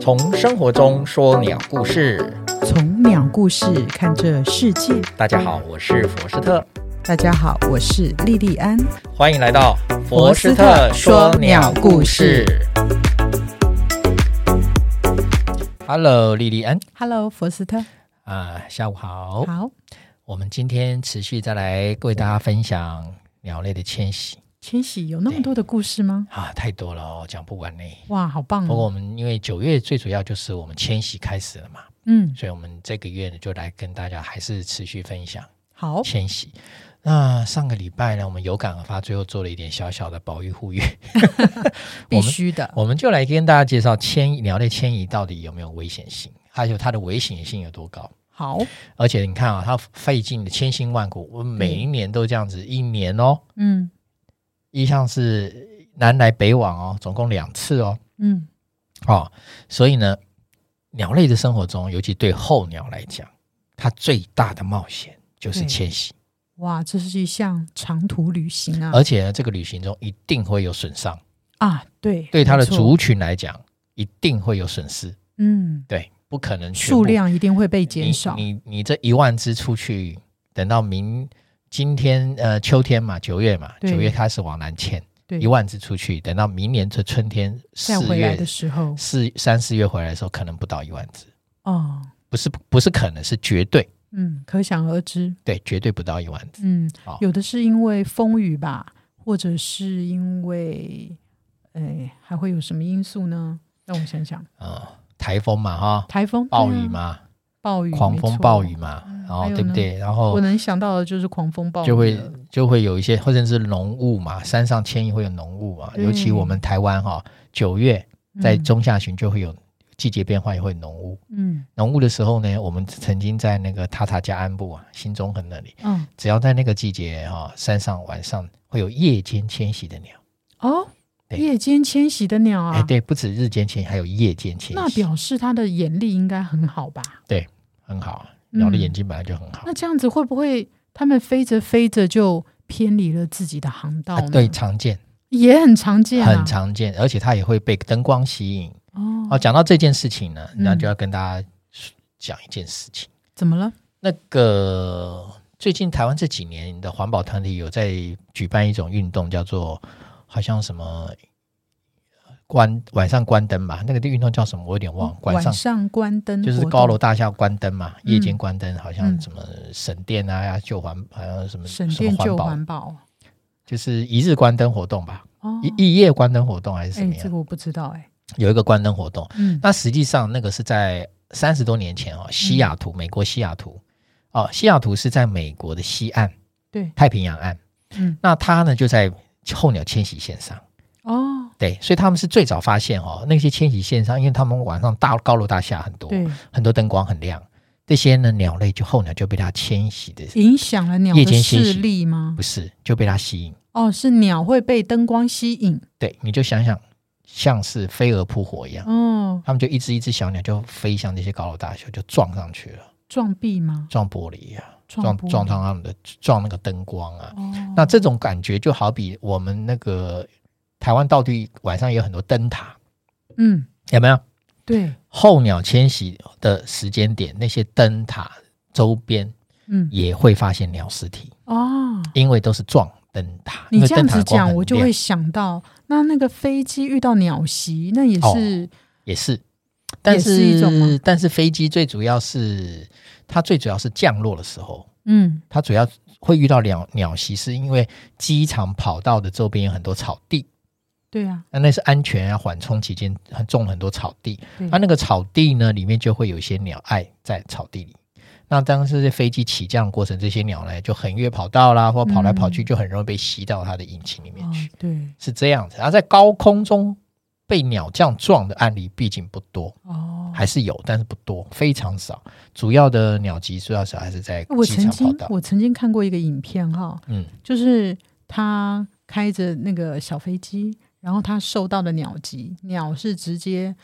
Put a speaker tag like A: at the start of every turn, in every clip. A: 从生活中说鸟故事。
B: 从鸟故事看这世界。
A: 大家好，我是佛斯特，
B: 大家好，我是莉莉安。
A: 欢迎来到
B: 佛斯特说鸟故事。
A: Hello，莉莉安
B: Hello，佛斯特。
A: 啊、下午好。
B: 好，
A: 我们今天持续再来为大家分享鸟类的迁徙
B: 千玺有那么多的故事吗？
A: 啊，太多了哦，讲不完呢。
B: 哇，好棒
A: 不过
B: 哦！
A: 我们因为九月最主要就是我们迁徙开始了嘛，
B: 嗯，
A: 所以我们这个月呢就来跟大家还是持续分享。
B: 好，
A: 迁徙。那上个礼拜呢，我们有感而发，最后做了一点小小的保育呼吁，
B: 啊必须的。
A: 我们就来跟大家介绍迁移鸟类迁移到底有没有危险性，还有它的危险性有多高。
B: 好，
A: 而且你看啊，它费尽了千辛万苦，我们每一年都这样子，一年哦，
B: 嗯
A: 一向是南来北往哦，总共两次哦，
B: 嗯，
A: 哦，所以呢，鸟类的生活中，尤其对候鸟来讲，它最大的冒险就是
B: 对
A: 迁徙，
B: 哇，这是一项长途旅行啊！
A: 而且呢，这个旅行中一定会有损伤。
B: 啊，对，
A: 对它的
B: 没错，
A: 族群来讲，一定会有损失，
B: 嗯，
A: 对，不可能全部
B: 数量一定会被减少。
A: 你你你这一万只出去，等到明今天呃秋天嘛，九月嘛，
B: 对
A: 九月开始往南迁，
B: 对
A: 一，万只出去，等到明年这春天
B: 再
A: 四
B: 回来
A: 月
B: 的时候，
A: 四三四月回来的时候，可能不到一万只，
B: 哦，
A: 不是不是可能是绝对
B: 嗯，可想而知。
A: 对绝对不到一万只，
B: 嗯
A: 好，
B: 有的是因为风雨吧，或者是因为，哎，还会有什么因素呢？让我想想，
A: 嗯，台风嘛哈，
B: 台风、
A: 暴
B: 对啊
A: 雨，嘛，
B: 暴雨、
A: 狂
B: 没
A: 风
B: 错嗯
A: 暴雨。嘛，然后
B: 还有
A: 对不
B: 呢
A: 对？然后
B: 我能想到的就是狂风暴雨了，
A: 就会就会有一些，或者是浓雾嘛，山上迁移会有浓雾嘛，
B: 对
A: 尤其我们台湾哈、九月在
B: 嗯
A: 中下旬就会有季节变化，也会有浓雾。
B: 嗯
A: 浓雾的时候呢，我们曾经在那个塔塔加安部啊，新中横那里，
B: 嗯
A: 只要在那个季节哈、山上晚上会有夜间迁徙的鸟，
B: 哦，
A: 对
B: 夜间迁徙的鸟
A: 哎、
B: 啊，
A: 对，不止日间迁徙，还有夜间迁
B: 那
A: 徙，
B: 表示它的眼力应该很好吧？
A: 很好，
B: 嗯
A: 鸟的眼睛本来就很好。
B: 那这样子会不会它们飞着飞着就偏离了自己的航道
A: 啊
B: 呢？
A: 对，，常见，
B: 也很常见啊，
A: 很常见，而且它也会被灯光吸引。哦，
B: 哦。
A: 讲到这件事情呢，那
B: 嗯
A: 就要跟大家讲一件事情。
B: 怎么了？
A: 那个最近台湾这几年的环保团体有在举办一种运动，叫做好像什么关晚上关灯吧，那个运动叫什么？我有点忘了。晚
B: 晚
A: 上
B: 上关灯活
A: 就
B: 动，
A: 是高楼大厦关灯嘛，
B: 嗯
A: 夜间关灯，好像
B: 嗯
A: 什么省电啊、旧环，好像什么
B: 省
A: 什
B: 电
A: 么
B: 就
A: 环保，
B: 环保
A: 就是一日关灯活动吧，
B: 哦
A: 一一夜关灯活动还是
B: 哎
A: 怎么，
B: 这
A: 样？
B: 个我不知道哎、
A: 有一个关灯活动。
B: 嗯，
A: 那实际上那个是在三十多年前哦，西雅图，美国西雅图，哦，西雅图是在美国的西岸。
B: 对，
A: 太平洋岸，
B: 嗯，
A: 那它呢就在候鸟迁徙线上，
B: 哦，
A: 对，所以他们是最早发现哦，那些迁徙线上，因为他们晚上大高楼大厦很多，
B: 对，
A: 很多灯光很亮，这些呢鸟类就候鸟就被它迁徙的，
B: 影响了鸟
A: 夜间
B: 的
A: 迁徙
B: 视力吗
A: 不？是就被它吸引，
B: 哦，是鸟会被灯光吸引，
A: 对，你就想想像是飞蛾扑火一样，
B: 哦，
A: 它们就一只一只小鸟就飞向那些高楼大厦，就撞上去了，
B: 撞壁吗？
A: 撞玻璃啊，
B: 撞
A: 撞
B: 玻璃
A: 撞上它们的撞那个灯光啊，
B: 哦，
A: 那这种感觉就好比我们那个台湾到底晚上也有很多灯塔，
B: 嗯，
A: 有没有？
B: 对，
A: 候鸟迁徙的时间点，那些灯塔周边
B: 嗯，
A: 也会发现鸟尸体，
B: 哦，
A: 因为都是撞灯塔。
B: 你
A: 因为
B: 这样
A: 灯塔的
B: 子
A: 光
B: 讲，
A: 很
B: 我就
A: 亮
B: 会想到，那那个飞机遇到鸟袭，那也是，
A: 也是，但
B: 是一种吗
A: 但是飞机最主要是它最主要是降落的时候，
B: 嗯，
A: 它主要会遇到鸟鸟袭，是因为机场跑道的周边有很多草地，
B: 对啊，
A: 那那是安全啊缓冲期间很种很多草地，
B: 对，
A: 啊它、那个草地呢，里面就会有一些鸟爱在草地里。那当这些飞机起降的过程，这些鸟呢就横越跑道啦，或跑来跑去，
B: 嗯
A: 就很容易被吸到它的引擎里面
B: 哦
A: 去，
B: 对，
A: 是这样子。然后在高空中被鸟这样撞的案例，毕竟不多，
B: 哦，
A: 还是有，但是不多，非常少。主要的鸟击主要是还是在
B: 我
A: 机
B: 曾
A: 场跑
B: 经
A: 道。
B: 我曾经看过一个影片哈、
A: 嗯，
B: 就是他开着那个小飞机，然后他受到的鸟击，鸟是直接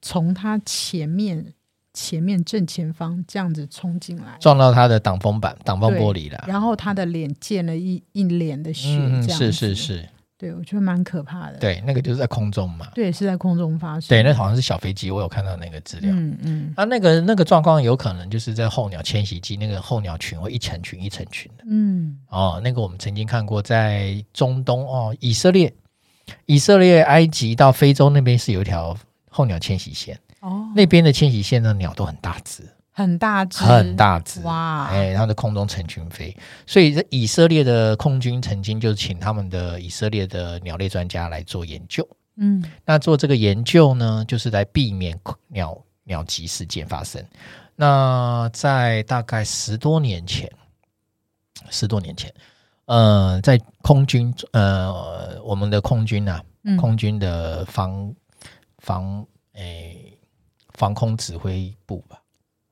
B: 从他前面、前面正前方这样子冲进来，
A: 撞到它的挡风板、挡风
B: 对
A: 玻璃了。
B: 然后他的脸溅了一一脸的血，
A: 嗯，
B: 这样子
A: 是是，是，
B: 对我觉得蛮可怕的。
A: 对，那个就是在空中嘛。
B: 对，是在空中发生。
A: 对，那好像是小飞机，我有看到那个资料。
B: 嗯嗯
A: 啊，那个那个状况有可能就是在候鸟迁徙季，那个候鸟群会一成群一成群的
B: 嗯
A: 哦。那个我们曾经看过，在中东哦，以色列、以色列、埃及到非洲那边是有一条候鸟迁徙线，
B: 哦，
A: 那边的迁徙线的鸟都很大只，
B: 很大只，
A: 很大只。
B: 哇，
A: 哎，它在空中成群飞，所以这以色列的空军曾经就请他们的以色列的鸟类专家来做研究。
B: 嗯
A: 那做这个研究呢，就是来避免鸟鸟击事件发生。那在大概十多年前，十多年前，呃，在空军，呃，我们的空军啊，
B: 嗯，
A: 空军的防防诶、防空指挥部吧，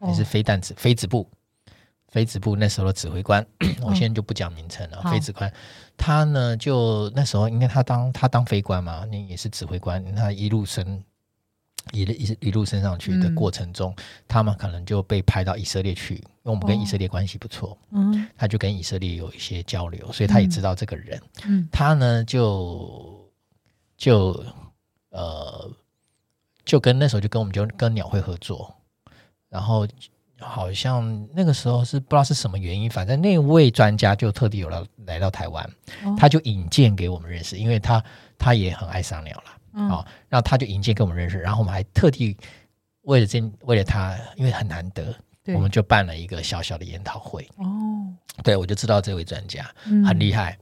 A: 还是
B: 哦
A: 飞弹指飞指部，飞指部那时候的指挥官，我现在就不讲名称了。
B: 嗯好
A: 飞指官，他呢就那时候，因为他当他当飞官嘛，那也是指挥官，他一路升一路一一路升上去的
B: 嗯
A: 过程中，他们可能就被派到以色列去，因为我们跟
B: 哦
A: 以色列关系不错，
B: 嗯
A: 他就跟以色列有一些交流，所以他也
B: 嗯
A: 知道这个人。
B: 嗯
A: 他呢就就呃就跟那时候就跟我们就跟鸟会合作，然后好像那个时候是不知道是什么原因，反正那位专家就特地有了来到台湾，
B: 哦
A: 他就引荐给我们认识，因为他他也很爱赏鸟啦。
B: 嗯
A: 好然后他就引荐给我们认识，然后我们还特地为了这为了他，因为很难得，
B: 对
A: 我们就办了一个小小的研讨会。
B: 哦，
A: 对，我就知道这位专家，
B: 嗯
A: 很厉害。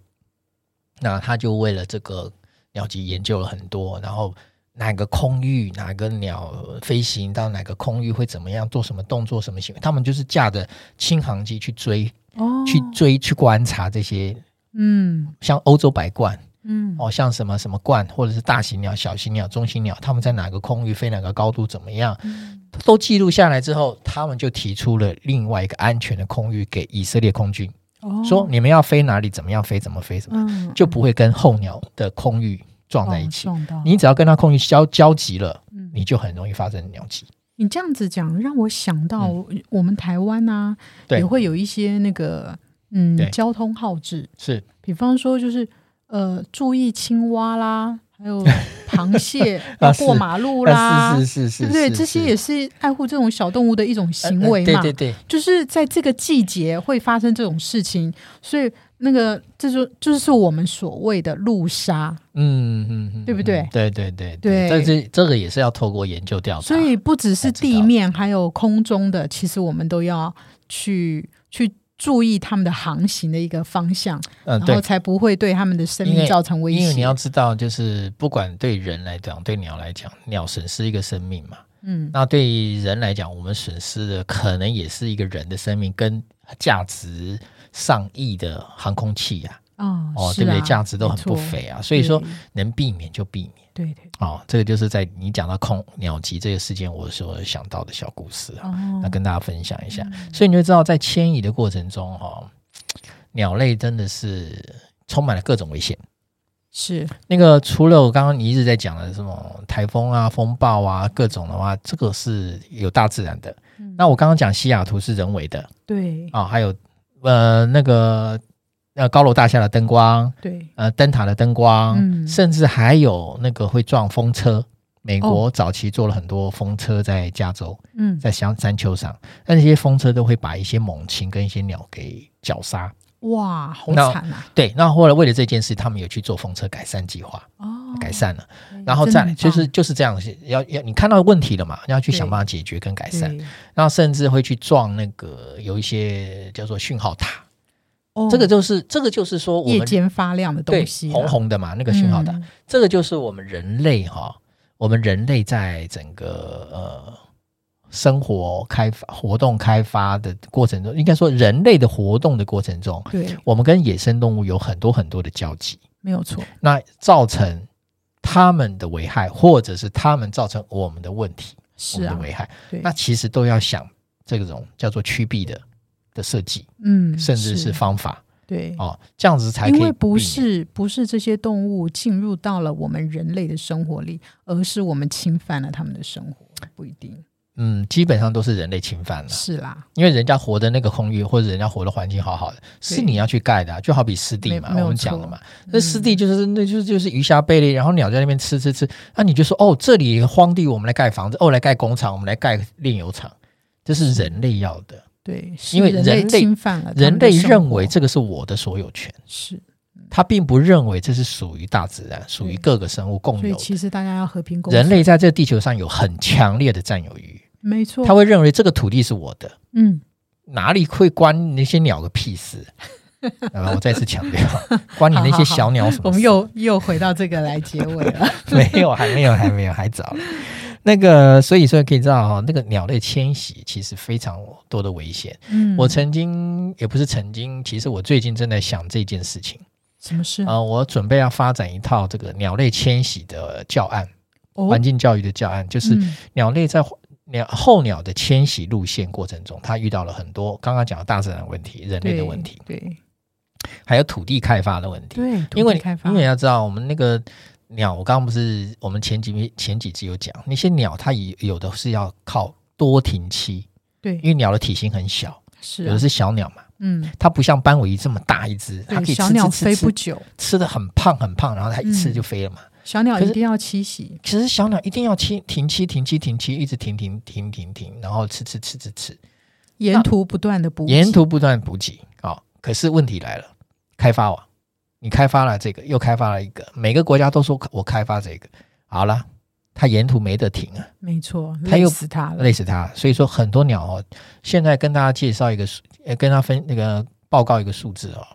A: 那他就为了这个鸟集研究了很多，然后哪个空域、哪个鸟飞行到哪个空域会怎么样，做什么动作、什么行为，他们就是驾着轻航机去追、
B: 害哦，
A: 去追、去观察这些，
B: 嗯
A: 像欧洲白鹳
B: 嗯
A: 哦，像什么什么鹳，或者是大型鸟、小型鸟、中型鸟，它们在哪个空域飞、哪个高度怎么样，
B: 嗯
A: 都记录下来之后，他们就提出了另外一个安全的空域给以色列空军，
B: 哦
A: 说你们要飞哪里，怎么样飞，怎么飞，怎么样。
B: 嗯
A: 就不会跟候鸟的空域撞在一起。
B: 哦撞到
A: 你只要跟它空域交交集了，
B: 嗯
A: 你就很容易发生鸟击。
B: 你这样子讲，让我想到我们台湾啊，
A: 嗯对
B: 也会有一些那个嗯
A: 对
B: 交通号志，
A: 是
B: 比方说就是呃注意青蛙啦，还 有螃蟹要
A: 啊是
B: 过马路啦，
A: 啊，是是是是，
B: 对不对？
A: 是
B: 这些也是爱护这种小动物的一种
A: 呃
B: 行为
A: 对
B: 嘛，
A: 对对，
B: 就是在这个季节会发生这种事情，所以那个这就就是我们所谓的路杀，
A: 嗯嗯嗯，
B: 对不对
A: 嗯对对对
B: 对
A: 但是这个也是要透过研究调查，
B: 所以不只是
A: 才知道
B: 地面，还有空中的，其实我们都要去去注意他们的航行的一个方向，
A: 嗯
B: 然后
A: 对。
B: 才不会对他们的生
A: 因
B: 命
A: 为
B: 造成威
A: 因为你
B: 胁
A: 要。知道，就是不管对人来讲，对鸟来讲，鸟损失一个生命嘛。
B: 嗯
A: 那对人来讲，我们损失的可能也是一个人的生命，跟价值上亿的航空器呀、
B: 啊，
A: 哦，
B: 是
A: 对不对？
B: 啊
A: 价值都很不。
B: 没错
A: 菲啊，所以说
B: 对
A: 能避免就避免。
B: 对对，
A: 哦，这个就是在你讲到空鸟集这个事件，我所想到的小故事啊，
B: 哦嗯
A: 那，跟大家分享一下。所以你会知道，在迁移的过程中，哦，鸟类真的是充满了各种危险。
B: 是
A: 那个除了我刚刚你一直在讲的什么台风啊、风暴啊各种的话，这个是有大自然的。
B: 嗯
A: 那我刚刚讲西雅图是人为的
B: 对
A: 啊、还有呃那个呃高楼大厦的灯光，
B: 对，
A: 呃灯塔的灯光，
B: 嗯
A: 甚至还有那个会撞风车。美国
B: 哦
A: 早期做了很多风车在加州，
B: 嗯，
A: 在山山丘上，但那些风车都会把一些猛禽跟一些鸟给绞杀。
B: 哇，好
A: 那
B: 惨啊！
A: 对，那后来为了这件事，他们有去做风车改善计划，
B: 哦，
A: 改善了。
B: 哎
A: 然后
B: 真的
A: 再
B: 很
A: 来就是
B: 棒
A: 就是这样，要要你看到问题了嘛，要去
B: 对
A: 想办法解决跟改善。
B: 对
A: 然后甚至会去撞那个有一些叫做讯号塔，
B: 哦
A: 这个就是这个就是说我
B: 夜
A: 们
B: 间发亮的
A: 对
B: 东西啦，
A: 红红的嘛，那个讯号塔。
B: 嗯
A: 这个就是我们人类哈、我们人类在整个呃生活开发、活动开发的过程中，应该说人类的活动的过程中，
B: 对，
A: 我们跟野生动物有很多很多的交集，
B: 没有错，
A: 那造成它们的危害，或者是它们造成我们的问题、我
B: 是
A: 们的
B: 啊，
A: 危害，
B: 对，
A: 那其实都要想这种叫做趋避的的设计，
B: 嗯，
A: 甚至是方法
B: 对
A: 哦，这样子才可以
B: 因为
A: 避
B: 不
A: 免
B: 是不是这些动物进入到了我们人类的生活里，而是我们侵犯了他们的生活，不一定。
A: 嗯，基本上都是人类侵犯了，
B: 是啦，
A: 因为人家活的那个空域或者人家活的环境好好的，是你要去盖的啊、就好比湿地
B: 没
A: 嘛，
B: 没有
A: 我们讲了嘛，
B: 嗯
A: 那湿地就是那就是就是鱼虾贝类，然后鸟在那边吃吃吃，那你就说哦，这里荒地我们来盖房子，哦来盖工厂，我们来盖炼油厂，这是人类要的，
B: 对，是
A: 因为
B: 人
A: 人类
B: 侵犯了他
A: 人
B: 们的
A: 类
B: 生
A: 认为
B: 活
A: 这个是我的所有权。
B: 是，
A: 他并不认为这是属于大自然，属于各个生物共
B: 所以
A: 有
B: 其
A: 的。
B: 实大家要和平共处
A: 人类在这个地球上有很强烈的占有欲，
B: 没错，
A: 他会认为这个土地是我的，
B: 嗯，
A: 哪里会关你那些鸟个屁事？ 啊，我再次强 调，关你那些小鸟什么事？
B: 我们又又回到这个来结尾 了，
A: 没有，还没有，还没有，还早了。那个，所以说可以知道哈、那个鸟类迁徙其实非常多的危险。
B: 嗯，
A: 我曾经也不是曾经，其实我最近正在想这件事情
B: 什么事
A: 啊、呃我准备要发展一套这个鸟类迁徙的教案。
B: 哦
A: 环境教育的教案，就是
B: 嗯
A: 鸟类在鸟候鸟的迁徙路线过程中，它遇到了很多刚刚讲的大自然问题、人类的问题，，
B: 对
A: 还有土地开发的问题。
B: 对，
A: 因为
B: 土地开发
A: 因为要知道，我们那个鸟，我刚刚不是我们前几前几集有讲，那些鸟它也有的是要靠多停栖，因
B: 对
A: 为鸟的体型很小，
B: 是
A: 有
B: 啊
A: 的是小鸟嘛，
B: 嗯，
A: 它不像斑尾鱼这么大一只，它
B: 对，
A: 可以
B: 小
A: 吃
B: 鸟
A: 吃
B: 飞不
A: 吃吃
B: 久，
A: 吃的很胖很胖，然后它一次
B: 嗯
A: 就飞了嘛。
B: 小鸟
A: 可
B: 一
A: 是
B: 定要栖息，
A: 其实小鸟一定要停停栖停栖停栖，一直停停停停停，然后吃吃吃吃吃，
B: 沿途不断的补给，
A: 沿途不断补给啊、哦可是问题来了，开发网，你开发了这个，又开发了一个，每个国家都说我开发这个，好了，它沿途没得停啊，
B: 没错，
A: 它
B: 累
A: 又
B: 死它了，
A: 累死它了。所以说很多鸟哦，现在跟大家介绍一个数，呃，跟他分那个报告一个数字哦，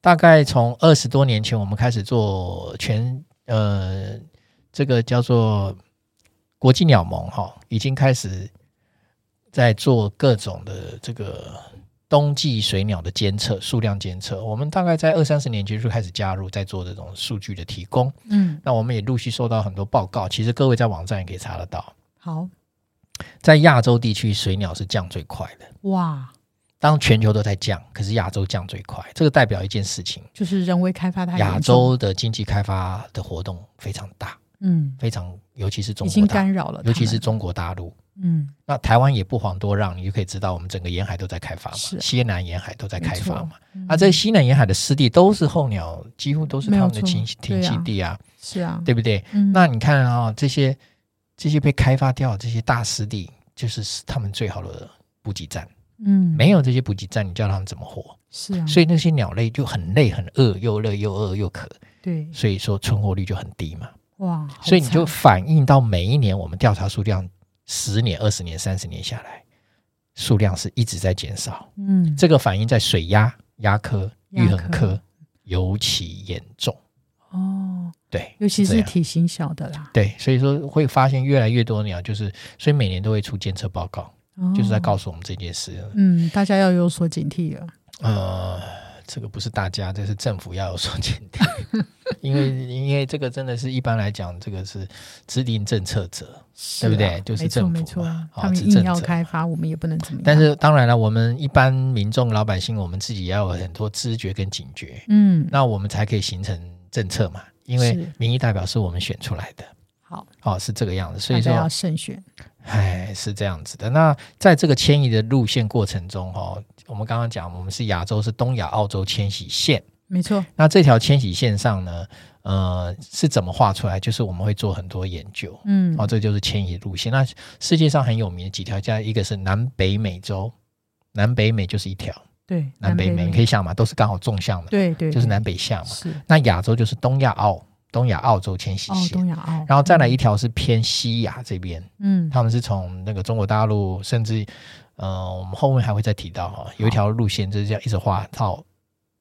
A: 大概从二十多年前我们开始做全呃这个叫做国际鸟盟哈、已经开始在做各种的这个。冬季水鸟的监测数量监测，我们大概在二三十年前就开始加入，在做这种数据的提供。
B: 嗯，
A: 那我们也陆续收到很多报告，其实各位在网站也可以查得到。
B: 好
A: 在亚洲地区，水鸟是降最快的。
B: 哇，
A: 当全球都在降，可是亚洲降最快，这个代表一件事情：
B: 就是人为开发太
A: 亚
B: 严重，
A: 洲的经济开发的活动非常大，
B: 嗯，
A: 非常尤其是中
B: 已
A: 国
B: 经
A: 大，
B: 干扰了它们，
A: 尤其是中国大陆。
B: 嗯，
A: 那台湾也不遑多让，你就可以知道我们整个沿海都在开发嘛，
B: 是
A: 西南沿海都在开发嘛。
B: 没错嗯
A: 啊，这西南沿海的湿地都是候鸟，几乎都是他们的
B: 没有错
A: 栖停
B: 对啊
A: 栖地啊，
B: 是啊，
A: 对不对？
B: 嗯，
A: 那你看啊、这些这些被开发掉的这些大湿地，就是他们最好的补给站。
B: 嗯
A: 没有这些补给站，你叫他们怎么活？
B: 是啊，
A: 所以那些鸟类就很累、很饿，又累又饿又渴，
B: 对
A: 所以说存活率就很低嘛。
B: 哇，好
A: 所以你就
B: 嗯惨
A: 反映到每一年我们调查数量，十年、二十年、三十年下来，数量是一直在减少。
B: 嗯
A: 这个反映在水鸭、鸭科、
B: 鸭
A: 鹬
B: 科
A: 鸻科尤其严重。
B: 哦，
A: 对，
B: 尤其
A: 这
B: 是
A: 样
B: 体型小的啦，
A: 对，所以说会发现越来越多鸟，就是所以每年都会出监测报告，就是在
B: 哦
A: 告诉我们这件事。
B: 嗯，大家要有所警惕了。
A: 呃，这个不是大家，这是政府要有所检定， 因为因为这个真的是一般来讲，这个是制定政策者。
B: 是
A: 对不
B: 啊
A: 对就是
B: 没错
A: 政
B: 没
A: 府
B: 错啊
A: 嘛，好
B: 他们
A: 执
B: 硬
A: 政
B: 要
A: 者
B: 开发，我们也不能怎么样。
A: 但，是当然了，我们一般民众、老百姓，我们自己也要有很多知觉跟警觉，
B: 嗯，
A: 那我们才可以形成政策嘛。因为
B: 是
A: 民意代表是我们选出来的，
B: 好，
A: 哦，是这个样子。所
B: 大
A: 以
B: 家嗯要
A: 说，
B: 慎选。
A: 哎，是这样子的。那在这个迁移的路线过程中，哦，我们刚刚讲，我们是亚洲，是东亚、澳洲迁徙线。
B: 没错，
A: 那这条迁徙线上呢，呃，是怎么画出来？就是我们会做很多研究。
B: 嗯，
A: 哦，这就是迁移路线。那世界上很有名的几条，加一个是南北美洲，南北美就是一条，
B: 对，
A: 南北美你可以想嘛，都是刚好纵向的，
B: 对对，
A: 就是
B: 对
A: 南北向嘛。
B: 是
A: 那亚洲就是东亚澳，东亚澳洲迁徙
B: 哦，
A: 线，
B: 东亚澳，
A: 然后再来一条是偏西亚这边，
B: 嗯，
A: 他们是从那个中国大陆，甚至呃，我们后面还会再提到哈、有一条路线就是这样一直画到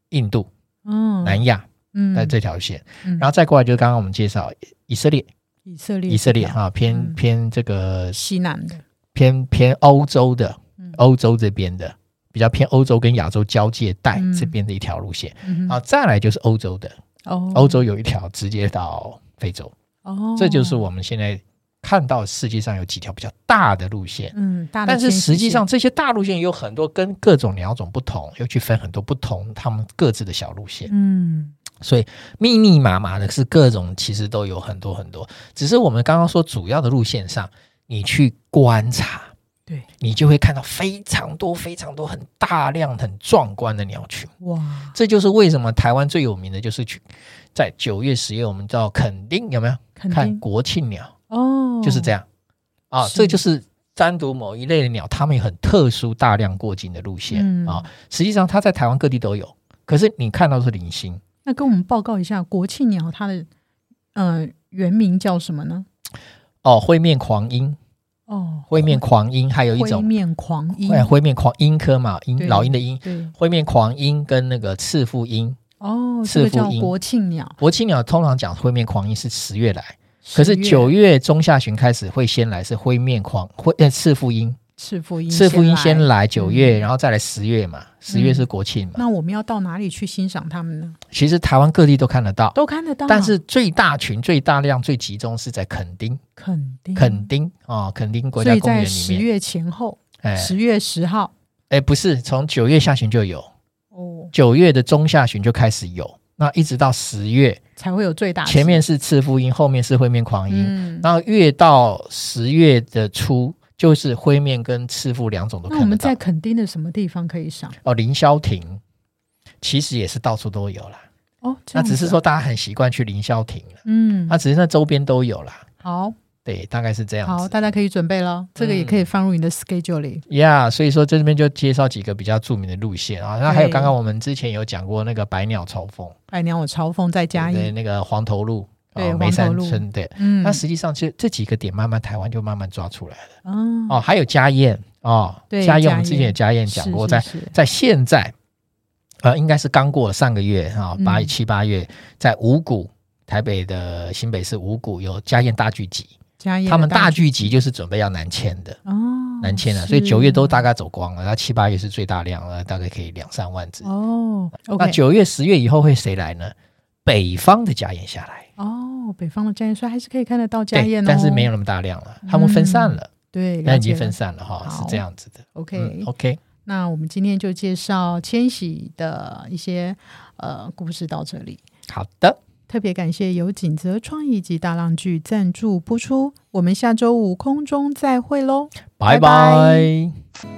A: 印度、
B: 嗯，
A: 南亚，
B: 嗯，
A: 在这条线。
B: 嗯，
A: 然后再过来就是刚刚我们介绍以色列，
B: 以色列，
A: 以色列哈、
B: 嗯
A: 偏偏这个
B: 西南的，
A: 偏偏欧洲的
B: 嗯，
A: 欧洲这边的比较偏欧洲跟亚洲交界带
B: 嗯
A: 这边的一条路线，
B: 嗯
A: 然后
B: 哼
A: 再来就是欧洲的，
B: 哦，
A: 欧，洲有一条直接到非洲，
B: 哦，
A: 这就是，我们现在看到世界上有几条比较大的路线。
B: 嗯，大的
A: 但是
B: 迁徙
A: 实际
B: 线
A: 上，，这些大路线也有很多跟各种鸟种不同，又去分很多不同他们各自的小路线。
B: 嗯，
A: 所以密密麻麻的是各种，其实都有很多很多。只是我们刚刚说主要的路线上，你去观察，
B: 对
A: 你就会看到非常多、非常多、很大量、很壮观的鸟群。
B: 哇，
A: 这就是为什么台湾最有名的就是去在九月、十月，我们到垦丁有没有
B: 肯
A: 看
B: 定
A: 国庆鸟，
B: 哦，
A: 就是这
B: 样，
A: 样啊。
B: 是
A: 这就是单独某一类的鸟，它们有很特殊、大量过境的路线、
B: 嗯
A: 啊。实际上，它在台湾各地都有，可是你看到的是零星。
B: 那跟我们报告一下，国庆鸟它的呃原名叫什么呢？
A: 哦，灰面狂鹰，
B: 哦，
A: 灰面狂鹰，还有一
B: 灰
A: 种
B: 面狂鹰，
A: 哎，灰面狂鹰科嘛，鹰
B: 对
A: 老鹰的鹰，
B: 对，
A: 灰面狂鹰跟那个赤腹鹰，
B: 哦，这
A: 赤
B: 个
A: 腹
B: 叫
A: 鹰
B: 国庆鸟，
A: 国庆鸟通常讲灰面狂鹰是十月来，可是
B: 10月
A: 九月中下旬开始会先来是灰面狂灰呃赤腹鹰，
B: 赤腹鹰，
A: 赤腹鹰先
B: 来。
A: 来九月，然后再来十月嘛，十月
B: 嗯
A: 是国庆嘛，
B: 那我们要到哪里去欣赏它们呢？
A: 其实台湾各地都看得到。
B: 都看得到，
A: 哦但是最大群、最大量、最集中是在垦丁，
B: 肯定
A: 垦丁啊，垦丁国
B: 嗯所
A: 家
B: 以
A: 公
B: 在
A: 园
B: 十
A: 里面，
B: 月前后，
A: 哎
B: 十月十号
A: 哎，不是，从九月下旬就有，
B: 哦，
A: 九月的中下旬就开始有，那一直到十月，
B: 才会有最大
A: 前面是赤腹鹰，后面是灰面狂
B: 值
A: 鹰，
B: 嗯，
A: 然后越到十月的初，就是灰面跟赤腹两种都
B: 那我
A: 看得
B: 们
A: 到
B: 在。垦丁的什么地方可以赏？
A: 哦，凌霄亭其实也是到处都有啦，
B: 哦，这
A: 那
B: 样
A: 只是
B: 子啊
A: 说，大家很习惯去凌霄亭了，
B: 嗯
A: 那，只是那周边都有啦。
B: 好
A: 对，大概是这样
B: 好，
A: 子。
B: 大家可以准备了，这个也可以放入你的 schedule 里。
A: 呀所以说这边就介绍几个比较著名的路线啊。那还有
B: 对
A: 刚刚我们之前有讲过那个百鸟朝凤，
B: 百鸟我嘲讽在嘉
A: 对
B: 义，
A: 那个黄头路，
B: 对
A: 啊，梅
B: 黄
A: 山
B: 头路
A: 村，对，
B: 嗯
A: 那实际上这这几个点，慢慢台湾就慢慢抓出来了。
B: 哦
A: 哦，还有家宴哦，
B: 对
A: 家宴
B: 家
A: 我们之前
B: 宴
A: 也家宴讲过，在
B: 是是
A: 在现在，呃，应该是刚过了上个月哈，八、
B: 嗯
A: 七八月，在五谷台北的新北市五谷有家宴大聚集，
B: 嘉义的
A: 他们大
B: 大
A: 聚集就是准备要南迁的。
B: 哦
A: 南迁啊了，所以
B: 是
A: 九月都大概走光了，然后七八月是最大量了，大概可以两三万只。
B: 哦
A: 那
B: ，OK
A: 九月、十月以后会谁来呢？北方的家宴下来，
B: 哦，北方的嘉宴，所以还是可以看得到嘉
A: 对，
B: 宴哦，
A: 但是没有那么大量了，他们分散
B: 嗯
A: 了，
B: 对，
A: 那
B: 了
A: 已经
B: 解
A: 分
B: 了
A: 散了哈，是
B: 好
A: 这样子的。
B: OK
A: 嗯、OK，
B: 那我们今天就介绍千玺的一些呃故事到这里。
A: 好的，
B: 特别感谢由锦泽创意及大浪剧赞助播出，我们下周五空中再会喽。拜
A: 拜拜